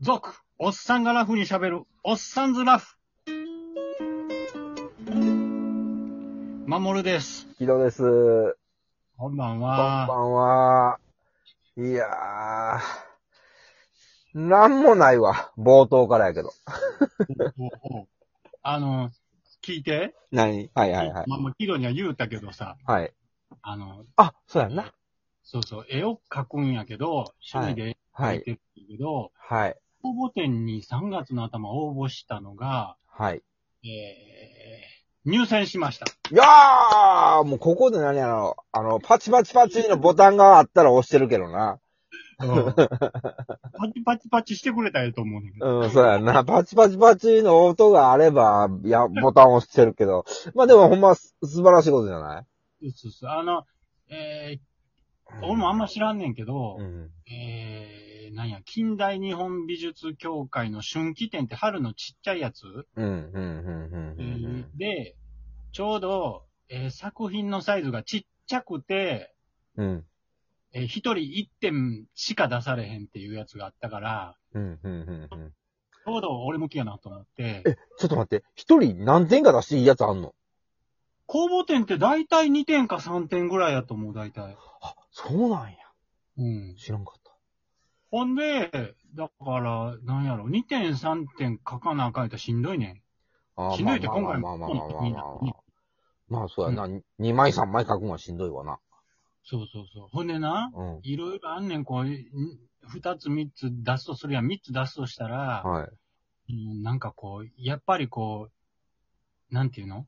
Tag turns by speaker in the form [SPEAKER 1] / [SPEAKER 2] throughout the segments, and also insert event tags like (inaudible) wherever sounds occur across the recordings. [SPEAKER 1] 族、おっさんがラフに喋る、おっさんずラフ。守るです。
[SPEAKER 2] 木戸です。こ
[SPEAKER 1] こんばん
[SPEAKER 2] んば
[SPEAKER 1] は。
[SPEAKER 2] んは。いやー。なんもないわ。冒頭からやけど。
[SPEAKER 1] おうおうあの、聞いて。
[SPEAKER 2] 何はいはいはい。
[SPEAKER 1] まあ、まあ、キロには言うたけどさ、
[SPEAKER 2] はい。
[SPEAKER 1] あの、
[SPEAKER 2] あ、そうやんな。
[SPEAKER 1] そうそう、絵を描くんやけど、趣味で
[SPEAKER 2] は
[SPEAKER 1] 描い
[SPEAKER 2] い。
[SPEAKER 1] てるけど、
[SPEAKER 2] はい。
[SPEAKER 1] 応募展に3月の頭応募したのが、
[SPEAKER 2] はい。
[SPEAKER 1] えー、入選しま
[SPEAKER 2] (laughs)
[SPEAKER 1] した。
[SPEAKER 2] いやーもうここで何やろあの、パチパチパチのボタンがあったら押してるけどな。
[SPEAKER 1] パチパチパチしてくれたらええと思うねんけど。
[SPEAKER 2] うん、そうやんな。パチパチパチの音があれば、いや、ボタン押してるけど。まあでもほんます素晴らしいことじゃない
[SPEAKER 1] そうそうそう。あの、えー、俺もあんま知らんねんけど、
[SPEAKER 2] うん。
[SPEAKER 1] えー、なんや、近代日本美術協会の春季展って春のちっちゃいやつ、
[SPEAKER 2] うん、うん、うん、うんうん。
[SPEAKER 1] で、ちょうど、えー作品のサイズがちっちゃくて、
[SPEAKER 2] うん。
[SPEAKER 1] えー一人一点しか出されへんっていうやつがあったから、
[SPEAKER 2] うん、うん、うん、うん。
[SPEAKER 1] ちょうど俺向きやなと思って、
[SPEAKER 2] ちょっと待って、一人何点か出していいやつあんの
[SPEAKER 1] 公募点って大体2点か3点ぐらいやと思う、大体。
[SPEAKER 2] あ、そうなんや。
[SPEAKER 1] うん。
[SPEAKER 2] 知らんかっ
[SPEAKER 1] ほんで、だから、なんやろ、2点3点書かなあかんやったらしんどいね
[SPEAKER 2] た。あー
[SPEAKER 1] しんどいって
[SPEAKER 2] まあま
[SPEAKER 1] 今
[SPEAKER 2] あ
[SPEAKER 1] 回
[SPEAKER 2] まあまあまあまあまあ
[SPEAKER 1] みん
[SPEAKER 2] まあ。まあそうやな、2枚3枚書くのはしんどいわな。
[SPEAKER 1] ん。そうそうそう。ほんでな、
[SPEAKER 2] うん。
[SPEAKER 1] いろいろあんねん、こう、2つ3つ出すとするやん、3つ出すとしたら、
[SPEAKER 2] はい。
[SPEAKER 1] うんなんかこう、やっぱりこう、なんていうの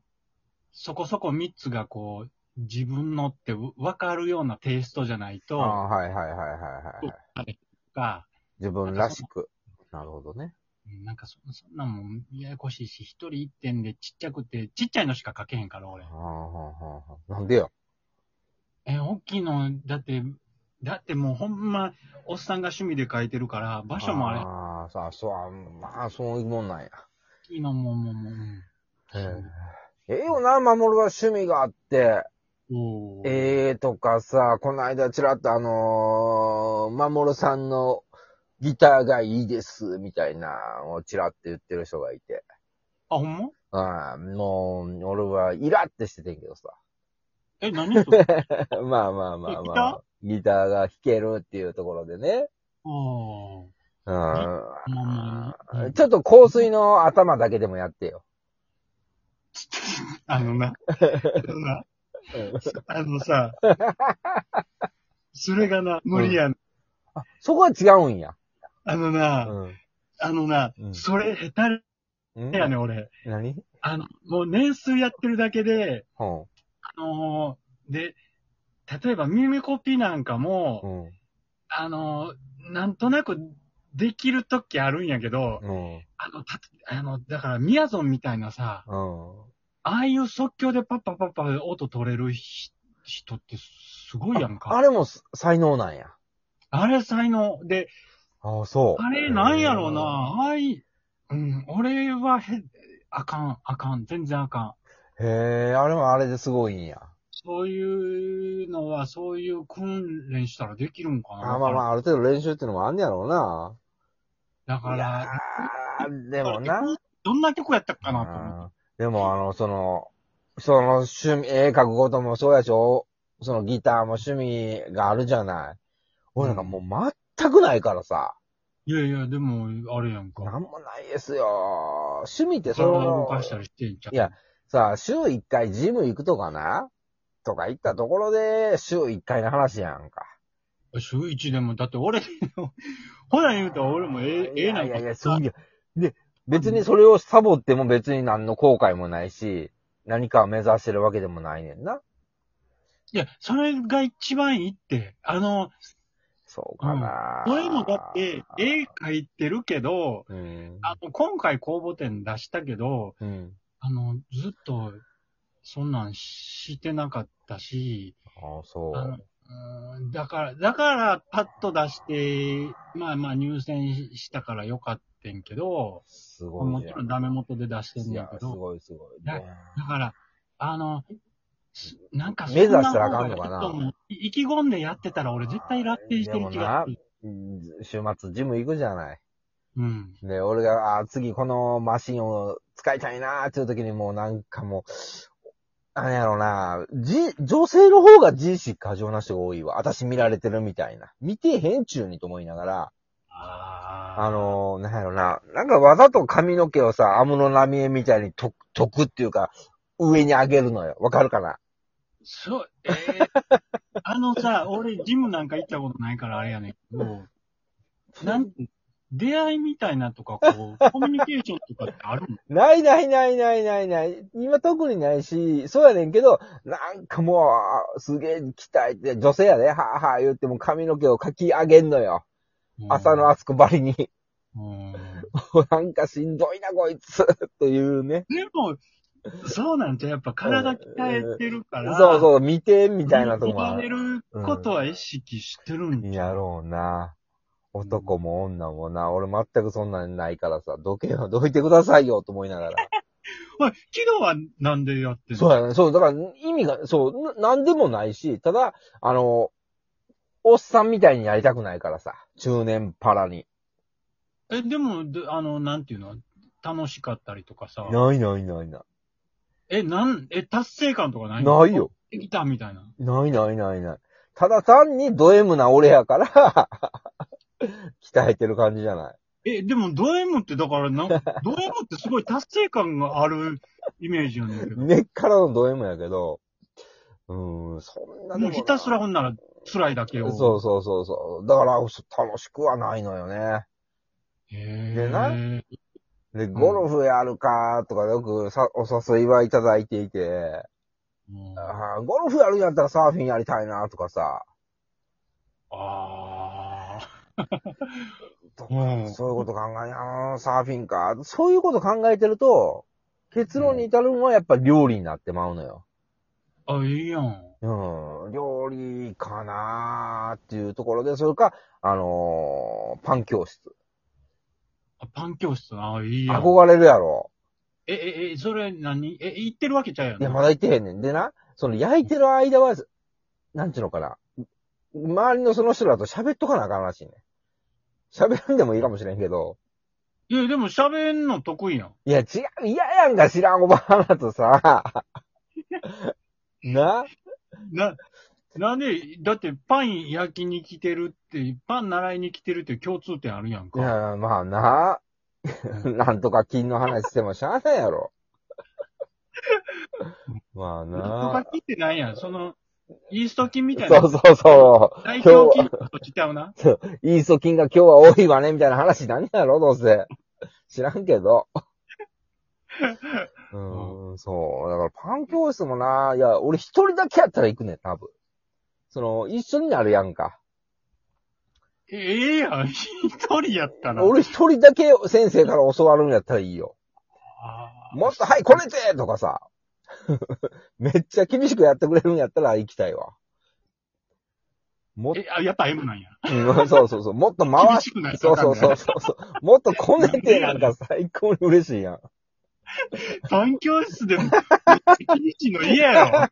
[SPEAKER 1] そこそこ3つがこう、自分のってわかるようなテイストじゃない
[SPEAKER 2] あー
[SPEAKER 1] と、
[SPEAKER 2] はいはいはいはいはい。
[SPEAKER 1] か、
[SPEAKER 2] 自分らしく。なるほどね。
[SPEAKER 1] うんなんかそそんなんもんややこしいし、一人一点でちっちゃくて、ちっちゃいのしか書けへんから、俺
[SPEAKER 2] あー。はーはーはーなんでよ。
[SPEAKER 1] え、大きいの、だって、だってもうほんま、おっさんが趣味で書いてるから、場所もあれ、大
[SPEAKER 2] ああ、さあ、そう、あまあ、そういうもんなんや。
[SPEAKER 1] きいのも、もう、もう、うん
[SPEAKER 2] ええよな、守るは趣味があって。
[SPEAKER 1] おー
[SPEAKER 2] ええとかさ、この間ちらっとあのー、まもるさんのギターがいいです、みたいなのをちらって言ってる人がいて。
[SPEAKER 1] あ、ほんま
[SPEAKER 2] ああもう、俺はイラってしててんけどさ。
[SPEAKER 1] え、何それ
[SPEAKER 2] (laughs) まあまあまあまあ。ギターが弾けるっていうところでね。
[SPEAKER 1] あー
[SPEAKER 2] うん
[SPEAKER 1] まあまあうん
[SPEAKER 2] ちょっと香水の頭だけでもやってよ。
[SPEAKER 1] あのな、あのなあのさ、それがな、無理やん。
[SPEAKER 2] そこは違うんや。
[SPEAKER 1] あの
[SPEAKER 2] う
[SPEAKER 1] な、
[SPEAKER 2] ん。
[SPEAKER 1] あのな
[SPEAKER 2] う、ん
[SPEAKER 1] それ下
[SPEAKER 2] うん
[SPEAKER 1] 手やねん、俺。
[SPEAKER 2] 何
[SPEAKER 1] あの、もう年数やってるだけで、
[SPEAKER 2] ほ
[SPEAKER 1] あのーで、例えば耳コピなんかも、
[SPEAKER 2] う。うん。
[SPEAKER 1] あのーなんとなくできるときあるんやけど、
[SPEAKER 2] うん。
[SPEAKER 1] あの、たあの、だから、みやぞんみたいなさ、
[SPEAKER 2] うん。
[SPEAKER 1] ああいう即興でパッパパッパ音取れるひ人ってすごいやんか。
[SPEAKER 2] あれもす才能なんや。
[SPEAKER 1] あれ才能。で、
[SPEAKER 2] ああ、そう。
[SPEAKER 1] あれなんやろうな、ああい、うん、俺はへ、あかん、あかん、全然あかん。
[SPEAKER 2] へえ、あれもあれですごいんや。
[SPEAKER 1] そういうのは、そういう訓練したらできるんかな。
[SPEAKER 2] あまあまあ、ある程度練習っていうのもあんねやろうな。
[SPEAKER 1] だから、
[SPEAKER 2] あーでもな。
[SPEAKER 1] どんな曲やったかなと思って。
[SPEAKER 2] うんでもあの、その、その趣味、絵描くこともそうやし、おそのギターも趣味があるじゃない。俺なんかもう全くないからさ。
[SPEAKER 1] いやいや、でも、あれやんか。
[SPEAKER 2] なんもないですよ。趣味ってそ
[SPEAKER 1] 体動
[SPEAKER 2] の、
[SPEAKER 1] かしたりしてんじゃん。
[SPEAKER 2] いやさあ、週1回ジム行くとかなとか行ったところで、週1回の話やんか。
[SPEAKER 1] 週一でも、だって俺、 (laughs) ほら言うたら俺もええ、ええなん
[SPEAKER 2] い
[SPEAKER 1] か
[SPEAKER 2] やいやいや、そういや。で、別にそれをサボっても別に何の後悔もないし、何かを目指してるわけでもないねんな。
[SPEAKER 1] いや、それが一番いいって。あの、
[SPEAKER 2] そうかな。
[SPEAKER 1] 俺もだって、絵描いてるけど、
[SPEAKER 2] うん。
[SPEAKER 1] あの、今回公募展出したけど、
[SPEAKER 2] うん。
[SPEAKER 1] あの、ずっと、そんなんしてなかったし、
[SPEAKER 2] あそ
[SPEAKER 1] あの
[SPEAKER 2] う。
[SPEAKER 1] うーんだから、だから、パッと出して、まあまあ入選したからよかったんけど、
[SPEAKER 2] すごいね。
[SPEAKER 1] もちろんダメ元で出してん
[SPEAKER 2] い
[SPEAKER 1] ねん
[SPEAKER 2] や
[SPEAKER 1] け、
[SPEAKER 2] す
[SPEAKER 1] ど、
[SPEAKER 2] ごいすごい、
[SPEAKER 1] だ
[SPEAKER 2] ね。
[SPEAKER 1] だから、あの、すなんか
[SPEAKER 2] 目指したらあかんのかな
[SPEAKER 1] そん方がいいと思う意気込んでやってたら俺絶対ラッテしてる気がする。
[SPEAKER 2] うん週末ジム行くじゃない。
[SPEAKER 1] うん。
[SPEAKER 2] で、俺が、あー次このマシンを使いたいなーっていう時にもうなんかもう、なんやろな、じ、女性の方が自意識過剰な人が多いわ。私見られてるみたいな。見てへんちゅうにと思いながら、
[SPEAKER 1] ああ。
[SPEAKER 2] あのー、なんやろな、なんかわざと髪の毛をさ、アムロナミエみたいにと、とくっていうか、上に上げるのよ。わかるかな
[SPEAKER 1] そう、え
[SPEAKER 2] (laughs)
[SPEAKER 1] ーあのさ、俺、ジムなんか行ったことないからあれやねんけど、なん出会いみたいなとか、こ
[SPEAKER 2] (laughs)
[SPEAKER 1] う、コミュニケーションとかってあるの
[SPEAKER 2] ないないないないないない。今特にないし、そうやねんけど、なんかもう、あすげえ鍛えて、女性やで、はあはあ言っても髪の毛をかき上げんのよ。朝の
[SPEAKER 1] 朝。
[SPEAKER 2] あすこばりに。 (laughs)
[SPEAKER 1] うん
[SPEAKER 2] なんかしんどいな、こいつ。というね。
[SPEAKER 1] でも、そうなんじゃう、やっぱ体鍛えてるから、
[SPEAKER 2] そう
[SPEAKER 1] う、
[SPEAKER 2] そう、見て、みたいなとこも
[SPEAKER 1] ま
[SPEAKER 2] あ
[SPEAKER 1] れ
[SPEAKER 2] る。
[SPEAKER 1] ることは意識してるんじゃん
[SPEAKER 2] やろうな。男も女もな、俺全くそんなんないからさ、どけよ、どいてくださいよ、と思いながら。
[SPEAKER 1] おい、昨日はなんでやってんの
[SPEAKER 2] そうやね、そう、だから意味が、そう、ななんでもないし、ただ、あの、おっさんみたいにやりたくないからさ、中年パラに。
[SPEAKER 1] え、でも、であの、なんていうの楽しかったりとかさ。
[SPEAKER 2] ないないないな。
[SPEAKER 1] え、なん、え、達成感とかないいの
[SPEAKER 2] ないよ。。
[SPEAKER 1] できたみたいな。
[SPEAKER 2] ないないないない。ただ単にド M な俺やから、 (laughs) 鍛えてる感じじゃない。
[SPEAKER 1] え、でも、ド M ってだからな、ド M
[SPEAKER 2] (laughs)
[SPEAKER 1] ってすごい達成感があるイメージやねんけど。
[SPEAKER 2] 根っからのド M やけど、うーん、そん (laughs) なで
[SPEAKER 1] も
[SPEAKER 2] も
[SPEAKER 1] う
[SPEAKER 2] な
[SPEAKER 1] ひたすらほんなら辛いだけを。
[SPEAKER 2] そうそうそうそう。だから、そ楽しくはないのよね。
[SPEAKER 1] へ
[SPEAKER 2] でな
[SPEAKER 1] え。
[SPEAKER 2] で、ゴルフやるかとかよくさ、お誘いはいただいていて、
[SPEAKER 1] うん
[SPEAKER 2] あーゴルフやるんやったらサーフィンやりたいなとかさ、
[SPEAKER 1] あ
[SPEAKER 2] と
[SPEAKER 1] うん
[SPEAKER 2] そういうこと考え、あーサーフィンか、そういうこと考えてると、結論に至るのはやっぱ料理になってまうのよ。
[SPEAKER 1] あ。あ、いいやん。
[SPEAKER 2] うん、料理かなーっていうところで、それか、あのーパン教室。
[SPEAKER 1] あパン教室な、あ、いいやん。
[SPEAKER 2] 憧れるやろ。
[SPEAKER 1] え、え、え、それ何え、行ってるわけちゃうやん。
[SPEAKER 2] いや、まだ行ってへんねん。でな、その焼いてる間は、なんちゅうのかな。周りのその人らと喋っとかなあかんらしいね。喋らんでもいいかもしれんけど。
[SPEAKER 1] いや、でも喋んの得意やん。
[SPEAKER 2] いや、違う、嫌やんか、知らんおばあなと (laughs) さ。な
[SPEAKER 1] な、なんで、だってパン焼きに来てるって、パン習いに来てるって共通点あるやん
[SPEAKER 2] い
[SPEAKER 1] か。
[SPEAKER 2] や、まあな。 (laughs) なんとか金の話してもしゃあないやろ。 (laughs) まあ
[SPEAKER 1] と
[SPEAKER 2] な
[SPEAKER 1] か。切ってないやん。その、イースト菌みたい
[SPEAKER 2] そ
[SPEAKER 1] な
[SPEAKER 2] う。そうそう。
[SPEAKER 1] 大胸筋とちゃうな。
[SPEAKER 2] イーソ菌が今日は多いわね、みたいな話なんやろ、どうせ。知らんけ (laughs) ど。うーん、そう。だからパン教室もな、いや、俺一人だけやったら行くね、多分。その、一緒になるやんか。
[SPEAKER 1] ええやん。一人やったら。
[SPEAKER 2] 俺一人だけ先生から教わるんやったらいいよ。
[SPEAKER 1] あー
[SPEAKER 2] もっと、はい、これでとかさ。 (laughs) めっちゃ厳しくやってくれるんやったら行きたいわ。もっと
[SPEAKER 1] え、あ、やっぱ M なんや。
[SPEAKER 2] うんそうそうそう。もっと回
[SPEAKER 1] 厳
[SPEAKER 2] し
[SPEAKER 1] しくない
[SPEAKER 2] そうそうそうそうそう。もっとこねてなんか最高に嬉しいやん。
[SPEAKER 1] パン教室でも、一日の家や
[SPEAKER 2] あ、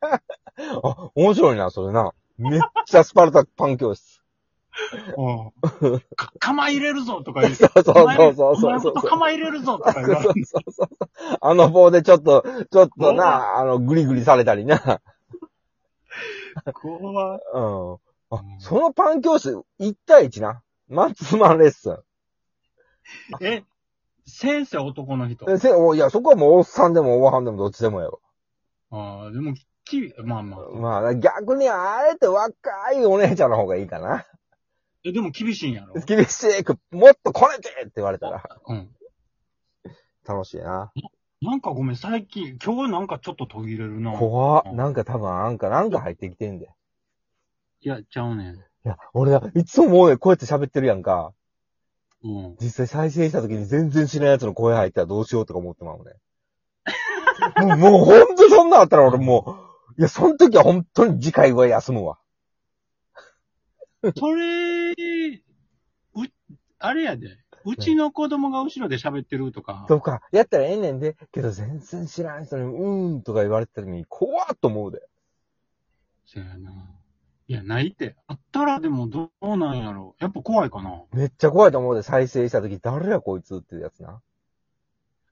[SPEAKER 2] 面白いな、それな。めっちゃスパルタパン教室。 (laughs)
[SPEAKER 1] ろ。うん。か釜入れるぞとか言う。
[SPEAKER 2] そうそうそうそう
[SPEAKER 1] お
[SPEAKER 2] そ
[SPEAKER 1] 前のこ
[SPEAKER 2] うそう。
[SPEAKER 1] と釜入れるぞとか言
[SPEAKER 2] そう
[SPEAKER 1] わ
[SPEAKER 2] そうそう。あの棒でちょっと、ちょっとな、あの、グリグリされたりな。
[SPEAKER 1] 怖い
[SPEAKER 2] うん。あ
[SPEAKER 1] う、ん
[SPEAKER 2] そのパン教室、1対1な。マンツーマンレッスン。
[SPEAKER 1] え、先生男の人。
[SPEAKER 2] えせおいや、そこはもうおっさんでもおばはんでもどっちでもやろ。
[SPEAKER 1] ああ、でも、き、まあまあ。
[SPEAKER 2] まあ、逆にあえて若いお姉ちゃんの方がいいかな。
[SPEAKER 1] え、でも厳しいんやろ。
[SPEAKER 2] 厳しく、もっとこねてって言われたら
[SPEAKER 1] うん。
[SPEAKER 2] 楽しいな。
[SPEAKER 1] なんかごめん、最近、今日なんかちょっと途切れるな。い
[SPEAKER 2] 怖っなんか多分、なんか、なんか入ってきてんで。
[SPEAKER 1] や、ちゃうねん。
[SPEAKER 2] いや、俺は、いつも思うね、こうやって喋ってるやんか。
[SPEAKER 1] うん。
[SPEAKER 2] 実際再生した時に全然知らない奴の声入ったらどうしようとか思ってまう (laughs) ね。もう、もうほんとそんなんあったら俺もう、いや、その時は本当に次回は休むわ。
[SPEAKER 1] それ、う、あれやで。うちの子供が後ろで喋ってるとか。
[SPEAKER 2] とか、やったらええねんで、けど全然知らん人に、うーんとか言われてた時に、怖っと思うで。
[SPEAKER 1] そうやな。いや、ないって。あったらでもどうなんやろう。やっぱ怖いかな。
[SPEAKER 2] めっちゃ怖いと思うで、再生した時、誰やこいつってやつな。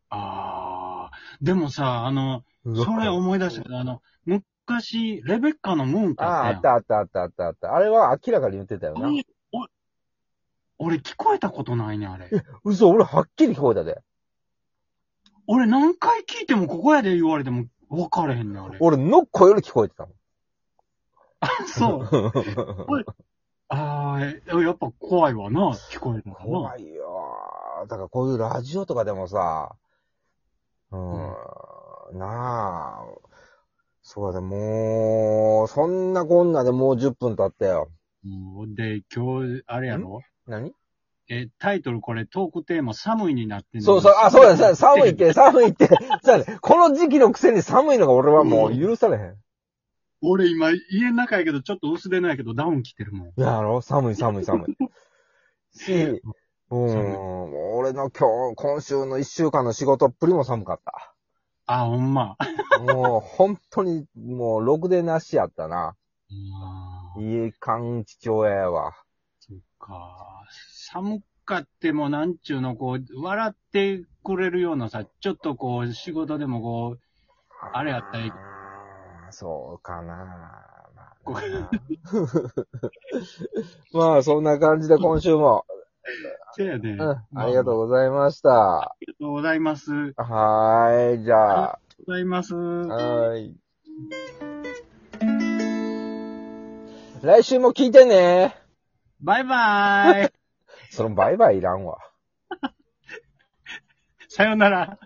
[SPEAKER 1] あー。でもさ、あの、
[SPEAKER 2] うわ
[SPEAKER 1] それ思い出した。あの、昔、レベッカのムーンって
[SPEAKER 2] あ
[SPEAKER 1] あ
[SPEAKER 2] あ、あ
[SPEAKER 1] っ
[SPEAKER 2] ったたあったあったあったあった。あれは明らかに言ってたよ
[SPEAKER 1] やん。
[SPEAKER 2] な
[SPEAKER 1] あ。れお俺聞こえたことないねん、あれ。
[SPEAKER 2] 嘘、俺はっきり聞こえたで。
[SPEAKER 1] 俺何回聞いてもここやで言われても分かれへんねん、あれ。
[SPEAKER 2] 俺、ノッコより聞こえてたもん。
[SPEAKER 1] そう。
[SPEAKER 2] (laughs)
[SPEAKER 1] あー、えやっぱ怖いわな、聞こえるのかな。
[SPEAKER 2] 怖いよー。だからこういうラジオとかでもさ、うーん、なあ、そうだ、もう、そんなこんなでもう10分経ったよ。
[SPEAKER 1] もうで、今日、あれやろ
[SPEAKER 2] 何
[SPEAKER 1] え、タイトルこれトークテーマ寒いになってんの
[SPEAKER 2] そうそう、あ、そうだ、そうだ寒いっ。て、寒いって。 (laughs) そうだねこの時期のくせに寒いのが俺はもう許されへん。
[SPEAKER 1] (laughs) 俺今家の中やけどちょっと薄手ないけどダウン着てるもん。
[SPEAKER 2] いややろ寒い寒い寒い。 (laughs) し、うーん、俺の今日、今週の1週間の仕事っぷりも寒かった。
[SPEAKER 1] あ、ほんま。
[SPEAKER 2] もう、本当に、もう、ろくでなしやったな。
[SPEAKER 1] あー
[SPEAKER 2] いい感父親やわ。
[SPEAKER 1] そっか。寒かってもなんちゅうの、こう、笑ってくれるようなさ、ちょっとこう、仕事でもこう、あれやったらいい
[SPEAKER 2] あーそうかな。
[SPEAKER 1] こ
[SPEAKER 2] まあな、まあそんな感じで今週も、
[SPEAKER 1] (laughs) せやで。
[SPEAKER 2] うん、ありがとう
[SPEAKER 1] う。あ
[SPEAKER 2] ございました。
[SPEAKER 1] りがとうございます。ありが
[SPEAKER 2] はーい、じゃあ、
[SPEAKER 1] とうございます。
[SPEAKER 2] はーい。来週も聞いてね。
[SPEAKER 1] バイバーイ。
[SPEAKER 2] そのバイバイいらんわ。
[SPEAKER 1] (laughs) さよなら。